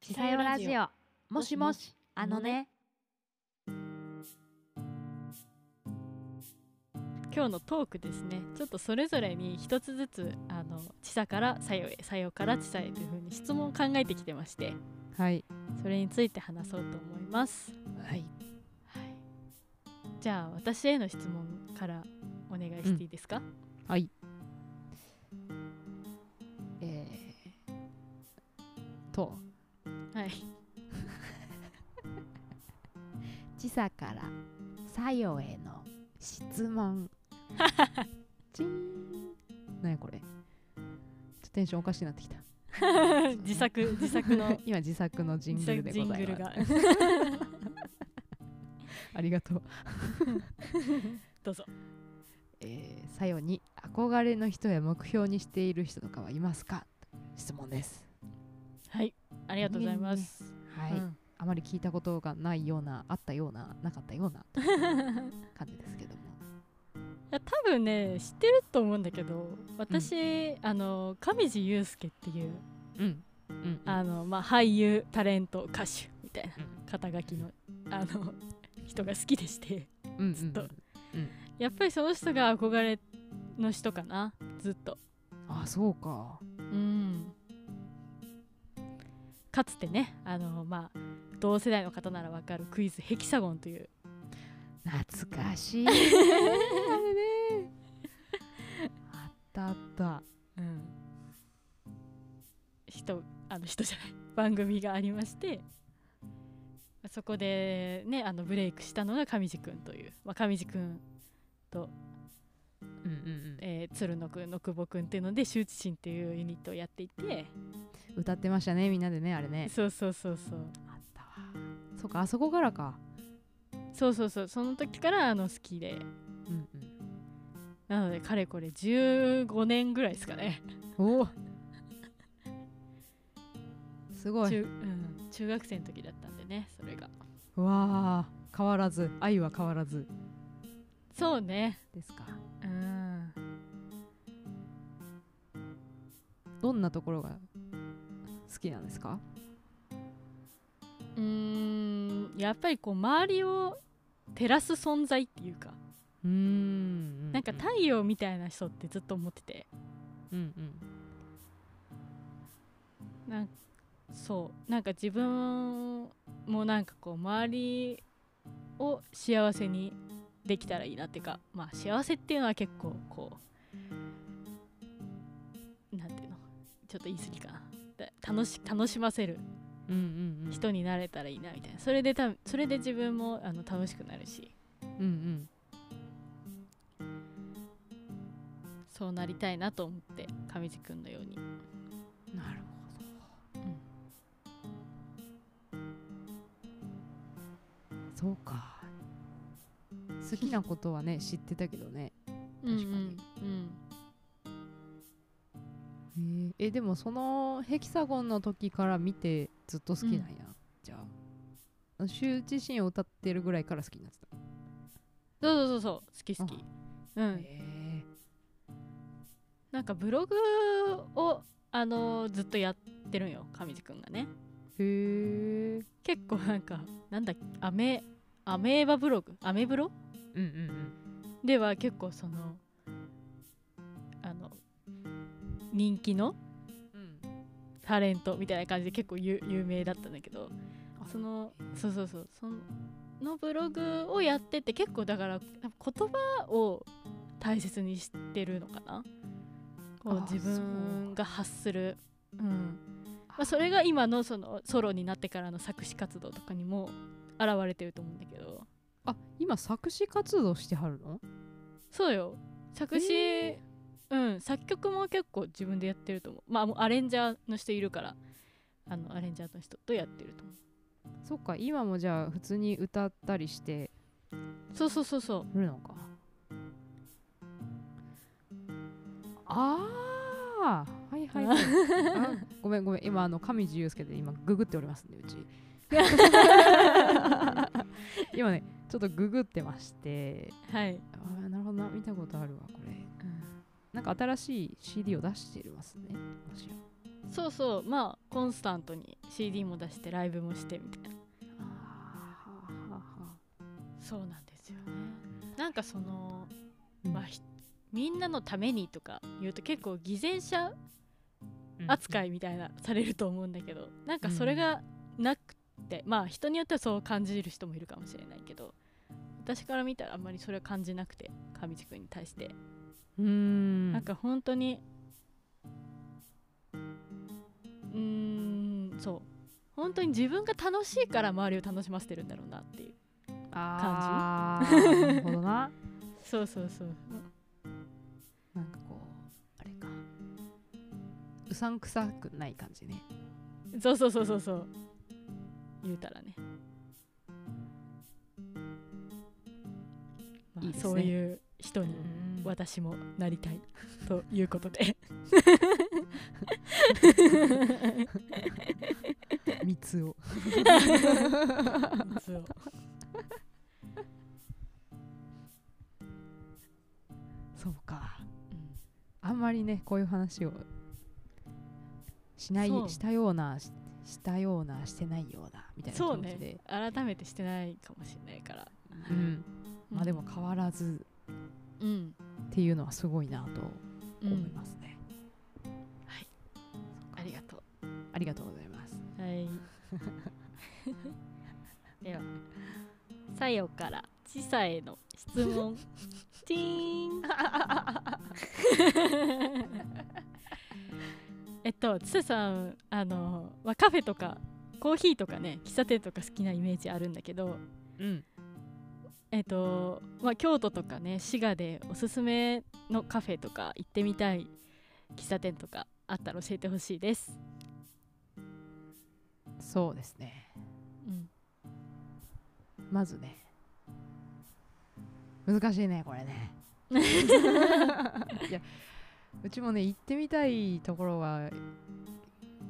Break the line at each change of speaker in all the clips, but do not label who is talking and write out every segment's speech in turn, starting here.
ちさよラジオ。もしもし、あのね。
今日のトークですねちょっとそれぞれに一つずつあの千佐からさよへさよから千佐へというふうに質問を考えてきてまして
はい。
それについて話そうと思います、
はい。
はい、じゃあ私への質問からお願いしていいですか、
はい。えー、と、
はい
ちさからさよへの質 問。チン。なにこれ。ちょっとテンションおかしくなってきた。
自作自作の
今自作の ジングルでござい
自
ます。
作ジングルが
ありがとう。
どうぞ
えー、さよに憧れの人や目標にしている人とかはいますか。質問です。
はいありがとうございます、
はい。
うん
あまり聞いたことがないようなあったようななかったような感じですけども
いや多分ね知ってると思うんだけど私、あの上地雄介っていう
うんうん
あの、まあ、俳優タレント歌手みたいな肩書きのあの人が好きでして
うん
ずっと
うん
やっぱりその人が憧れの人かなずっと
あそうか
うんかつてねあのまあ同世代の方ならわかるクイズ「ヘキサゴン」という
懐かしいねあれね あったあった
人あの人じゃない 番組がありましてそこでねあのブレイクしたのが上地くんという、まあ、上地くんと、
うんうん
えー鶴野くんの久保くんっていうので周知心っていうユニットをやっていて
うん歌ってましたねみんなでねあれね
そうそうそうそう
あったわそうかあそこからか
そうそうそうその時からあの好きで
うんうん
なのでかれこれ15年ぐらいですかね
おおすごい
中,、うん、中学生の時だったんでねそれが
うわあ変わらず愛は変わらず
そうね
ですか
うん
どんなところが好きなんですか
うーんやっぱりこう周りを照らす存在っていうか
うーん
なんか太陽みたいな人ってずっと思ってて
うん
なんそうなんか自分もなんかこう周りを幸せにできたらいいなっていうかまあ幸せっていうのは結構こうなんていうのちょっと言い過ぎかなだ楽し楽しませる
うんうんうん
人になれたらいいなみたいなそれでたそれで自分もあの楽しくなるし
うんうん
そうなりたいなと思って上地くんのように
なるほど、そうか好きなことはね知ってたけどね確かに
う
え
ん
ーえでもそのヘキサゴンの時から見てずっと好きなんや、じゃあ羞恥心を歌ってるぐらいから好きになってた
そうそうそうそう好き好きう
へ
ん
え
なんかブログをあのーずっとやってるんよ上地くんがね
へえ
結構なんかなんだっけアメアメーバブログアメブロ
うんうん
では結構そのあの人気の
うんうん
タレントみたいな感じで結構有有名だったんだけどそのそうそうそうそのブログをやってて結構だから言葉を大切にしてるのかなこう
あ
自分が発するうんまあ、それが今のそのソロになってからの作詞活動とかにも現れてると思うんだけど
あ今作詞活動してはるの
そうよ作詞、
え
うん作曲も結構自分でやってると思うまあもうアレンジャーの人いるからあのアレンジャーの人とやってると思う
そっか今もじゃあ普通に歌ったりして
そうそうそうそう
るのかああはいはい、はい、あごめんごめん今あの上地雄介で今ググっておりますんでう ち今ねちょっとググってまして
はい、
あーなるほどな見たことあるわこれなんか新しい CD を出してますね私は
そうそうまあコンスタントに CD も出してライブもしてみたいなそうなんですよねなんかその、
うん
まあ、ひみんなのためにとか言うと結構偽善者
うん
扱いみたいなされると思うんだけどなんかそれがなくて、まあ人によってはそう感じる人もいるかもしれないけど私から見たらあんまりそれは感じなくて上地君に対して、
うーん
なんか本当にうーんそう本当に自分が楽しいから周りを楽しませてるんだろうなっていう
あーなるほどな
そうそうそう
なんかこうあれかうさんくさくない感じね
そうそうそうそうそう言うたらね,、まあ、
いいですね
そういう人に
わ
私もなり たいということで
三つを
そう
そうかあんまりねこういう話をしない
そう
したようなししたようなしてないようなみたいな気
そう
持ちで、
ね改めてしてないかもしれないから
うん、まあでも変わらず
うん
っていうのはすごいなと
うん、
思いますね、
ありがと
ありがとうございます
うはい ではさよからちさへの質 問ティーンえっとちささんあの、まあ、カフェとかコーヒーとかね喫茶店とか好きなイメージあるんだけど、
うん
えっとまあ、京都とかね滋賀でおすすめのカフェとか行ってみたい喫茶店とかあったら教えてほしいです、
そうですね
うん、
まずね難しいねこれ ねいやうちもね行ってみたいところは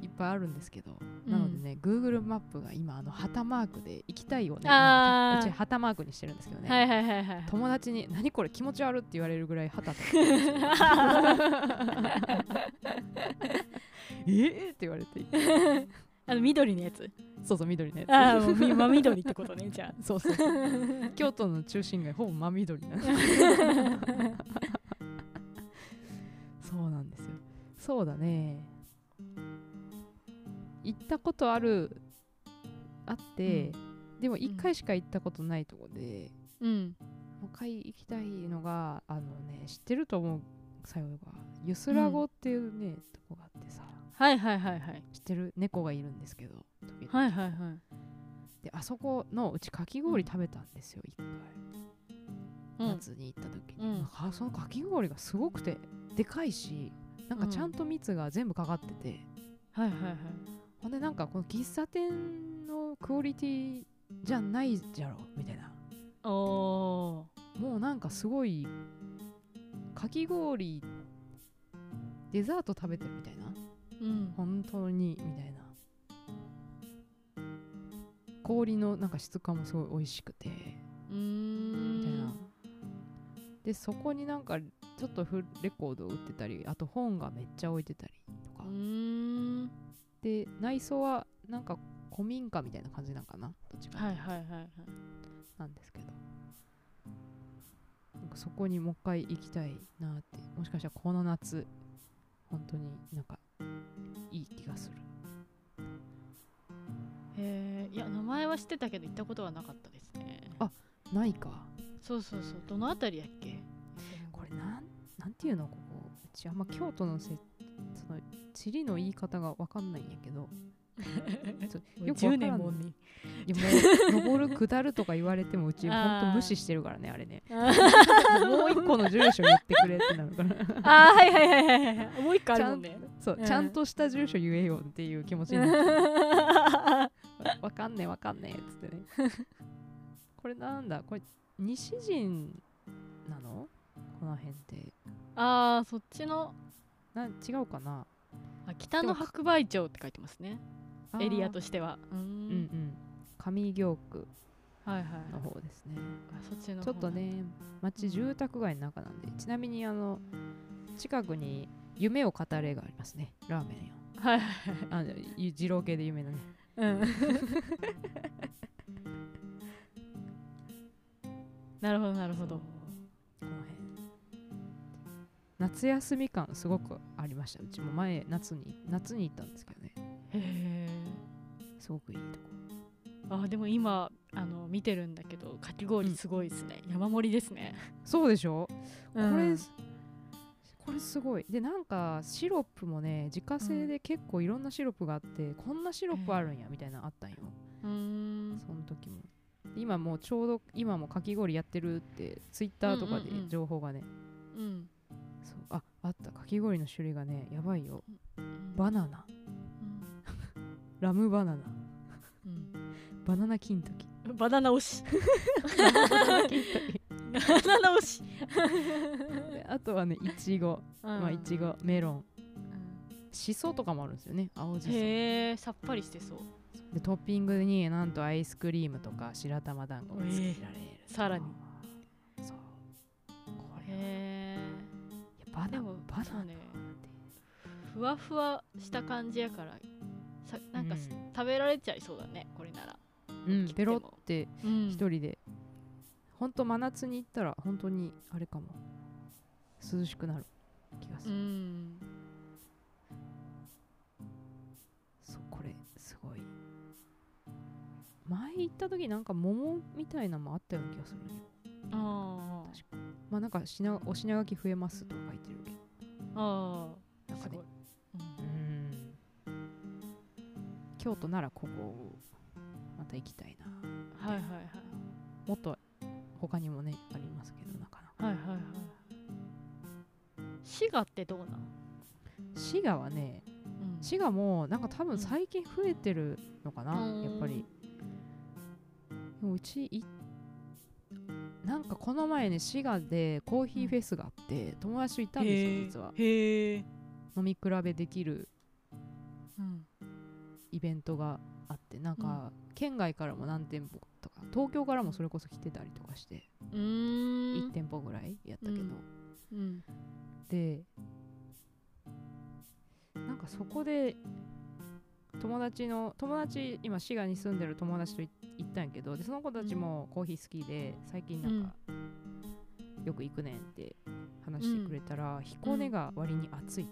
いっぱいあるんですけど、なのでね Google マップが今あの旗マークで行きたいをね
あー
うち旗マークにしてるんですけどね、
はいはいはいはい
友達に「何これ気持ち悪い」って言われるぐらい旗と えっ!」って言われて
あの緑のや つ
そうそう緑のや
ああもうみ真緑ってことねじゃ
つそうそうそう京都の中心街ほぼ真緑なそうなんですよそうだね行ったことあるあって、でも1回しか行ったことないとこで、
うん
もう一回行きたいのがあのね知ってると思う作用がゆすらごっていうね、とこがあってさ
はいはいはいはい
知ってる猫がいるんですけど時々
はいはいはい
であそこのうちかき氷食べたんですよ一回、
うん
夏に行った時に、
うん
かそのかき氷がすごくてでかいしなんかちゃんと蜜が全部かかってて、
はいはいはい
ほんでなんかこの喫茶店のクオリティじゃないじゃろみたいな
おお
もうなんかすごいかき氷デザート食べてるみたいな
ーうん
本当にみたいな氷のなんか質感もすごい美味しくて
うー
みたいなんでそこになんかちょっとフレコードを売ってたりあと本がめっちゃ置いてたりと
う
か
ーん
で内装はなんか古民家みたいな感じなんかなどっちか
はい
な
はいはいはい
なんですけどなんかそこにもう一回行きたいなってもしかしたらこの夏本当になんかいい気がする
えー、いや名前は知ってたけど行ったことはなかったですね
あないか
そうそうそうどのあたりやっ け
これなんなんていうのここうちあんま京都のせその地理の言い方がわかんないんやけどそうよくわからん
も
い
ね
やもう登る下るとか言われてもうち
あ
ほ
ー
んと無視してるからねあれね
あ
もう一個の住所言ってくれってなるから
ーはいはいはいはいはいもう一個あるもんね
そう、
うん
ちゃんとした住所言えよっていう気持ちになっちゃうわわかんねえわかんねえっつってねこれなんだこれ西陣なのこの辺って
ああそっちの
なん違うかな
あ北の白梅町って書いてますね
あー
エリアとしてはうーん
うんうん上京区
はいはい
の方ですね
あそっちの方
ちょっとね町住宅街の中なんでちなみにあの近くに夢を語れがありますねラーメン屋
はいはいはい
あのい二郎系で有名なね
うん、なるほどなるほど
この辺夏休み感すごくありましたうちも前夏に夏に行ったんですけどね
へえ
すごくいいとこ
あでも今あの見てるんだけどかき氷すごいですね、山盛りですね
そうでしょ、こ
う
れ
ん
すこれすごいでなんかシロップもね自家製で結構いろんなシロップがあって、こんなシロップあるんやみたいなのあったんよ、
うーん
その時もで今もうちょうど今もかき氷やってるってツイッターとかで
うんうんうん
情報がね、
うん
そうああったかき氷の種類がねやばいよ
バ
バナナラムバナナ
うん
バナナ金時
うん、バナナ推し
バナナ金時
バナナ推し、
であとはねいちご
うん
まあいちごメロン
うん
しそとかもあるんですよね青じそ
へえさっぱりしてそう
でトッピングになんとアイスクリームとか白玉団子がつけられる、
えさらに
そうこれはい
へえ
やバ
で
ナナ
も
バ
そう
ナナ
ねふわふわした感じやからさなんかす、
うん
食べられちゃいそうだねこれなら、
うん
切っ
ペ
ても
ロって
うん
一人で、ほんと真夏に行ったら本当にあれかも涼しくなる気がす
う
る、
ん
そうこれすごい前行った時なんか桃みたいなのもあったような気がするんよ
あー
まあなんか品お品書き増えますとか書いてるけど
あー
なんか
す
ね
ごい、うん
うん京都ならここまた行きたいな
はいはい
もっと他にもねありますけどなかなか
はいはいはいはい滋賀ってどうなん、
滋賀はね
うん
滋賀もなんか多
うん
分最近増えてるのかな、
うん
やっぱりでもうちいなんかこの前ね滋賀でコーヒーフェスがあって友達といたんですよ実は
へえ、
飲み比べできる
うん、
イベントがあってなんか県外からも何店舗とか東京からもそれこそ来てたりとかして
うー
1
ん
店舗ぐらいやったけど、
うんうん
でなんかそこで友達の友達今滋賀に住んでる友達とい行ったんやけどでその子たちもコーヒー好きで最近なんか、よく行くねんって話してくれたら、彦根が割に暑い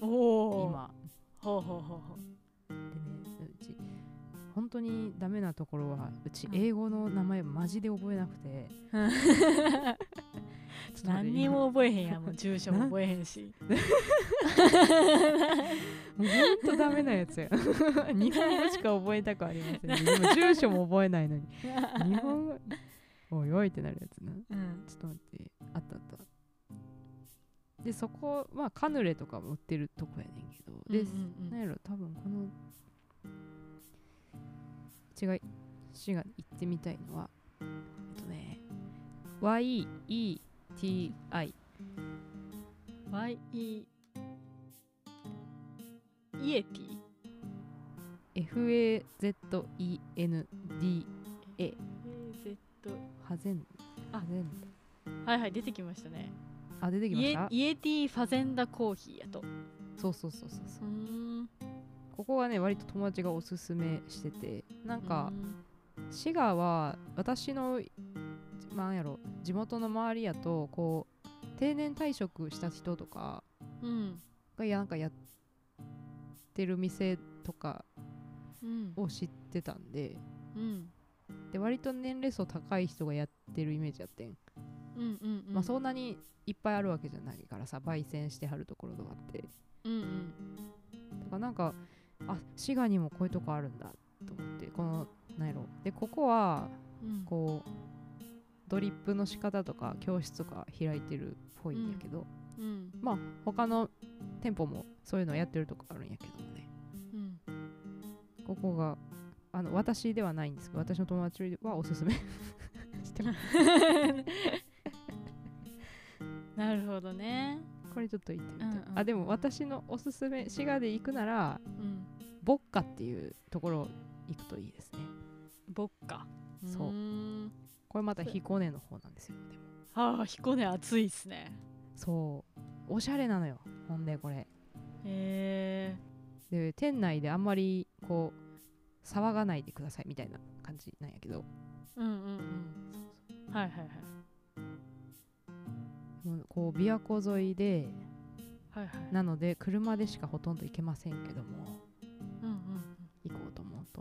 と、
おお
今
ほうほうほうほう
でねうち本当にダメなところはうち
うん
英語の名前マジで覚えなくて ちょっと待って
何にも覚えへんやんもう住所も覚えへ んし
もうほんとダメなやつや 日本語しか覚えたくありません、 ね、今住所も覚えないのに日本語おいおいってなるやつな
うん
ちょっと待ってあったあったでそこまあカヌレとかも売ってるとこやねんけどで、
うんうんうん
なんやろ多分この違い市が行ってみたいのはえっとね YETI
Y E イエティ
FAZEND
Z
ハゼン
あ
ハゼン
はいはい出てきましたね
あ出てきま
イ
し
エ
た
イエティファゼンダコーヒーやと
そうそうそうそうそう
ーん
うここはね割と友達がおすすめしててなんか
うん
滋賀は私のまあやろ地元の周りやとこう定年退職した人とか
うん
がやなんかやってる店とか
うん
を知ってたんで
うん
で割と年齢層高い人がやってるイメージやってん、
うんうんうん
まあそんなにいっぱいあるわけじゃないからさ焙煎してはるところとかあって
うんうん
だからなんかあ滋賀にもこういうとこあるんだと思ってこのなんやろでここは
うん
こうドリップの仕方とか教室とか開いてるっぽいんやけど、
うん
まあ他の店舗もそういうのやってるとこあるんやけどもね
うん
ここがあの私ではないんですけど私の友達はおすすめ してます
なるほどね
これちょっと言ってみたい、
うんうん
あでも私のおすすめ滋賀で行くなら
うん
ボッカっていうところ行くといいですね
ぼっか
そう
ーん
これまた彦根の方なんですよでも
はあ彦根暑いっすね
そうおしゃれなのよほんでこれ
え
で店内であんまりこう騒がないでくださいみたいな感じなんやけど
ー、うんうんうんはいはいはい
もうこう琵琶湖沿いで
はいはい
なので車でしかほとんど行けませんけども
うんうん
行こうと思うと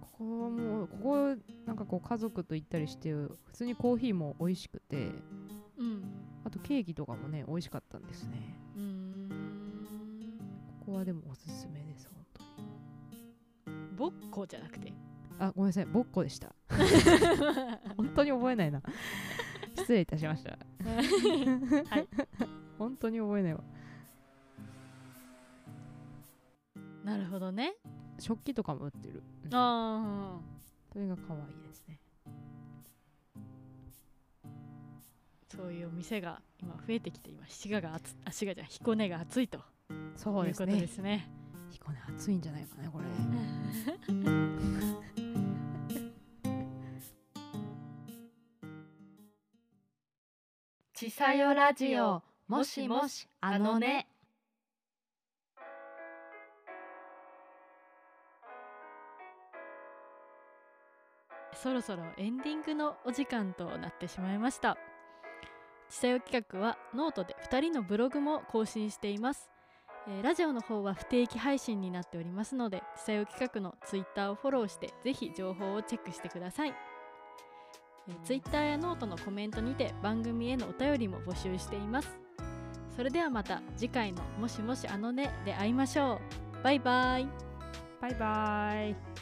ここもここなんかこう家族と行ったりして普通にコーヒーも美味しくて
うん
あとケーキとかもね美味しかったんですね
うんうーん
ここはでもおすすめです本当に
ぼっこじゃなくて
あごめんなさいぼっこで した本当に覚えないな失礼いたしました
はい
本当に覚えないわ
なるほどね
食器とかも売ってる、うん
ああ
それが可愛いですね
そういうお店が今増えてきて今滋賀が暑あ滋賀じゃん彦根が暑いと
そう
い
で
う
す
ことで
ね
すね。
彦根暑いんじゃないかなこれ
ちさよラジオもしもしあのね
そろそろエンディングのお時間となってしまいました。ちさよ企画はノートで2人のブログも更新しています。えーラジオの方は不定期配信になっておりますので、ちさよ企画のツイッターをフォローして、ぜひ情報をチェックしてください。えー、ツイッターやノートのコメントにて番組へのお便りも募集しています。それではまた次回の「もしもしあのね」で会いましょう。バイバイ。
バイバイ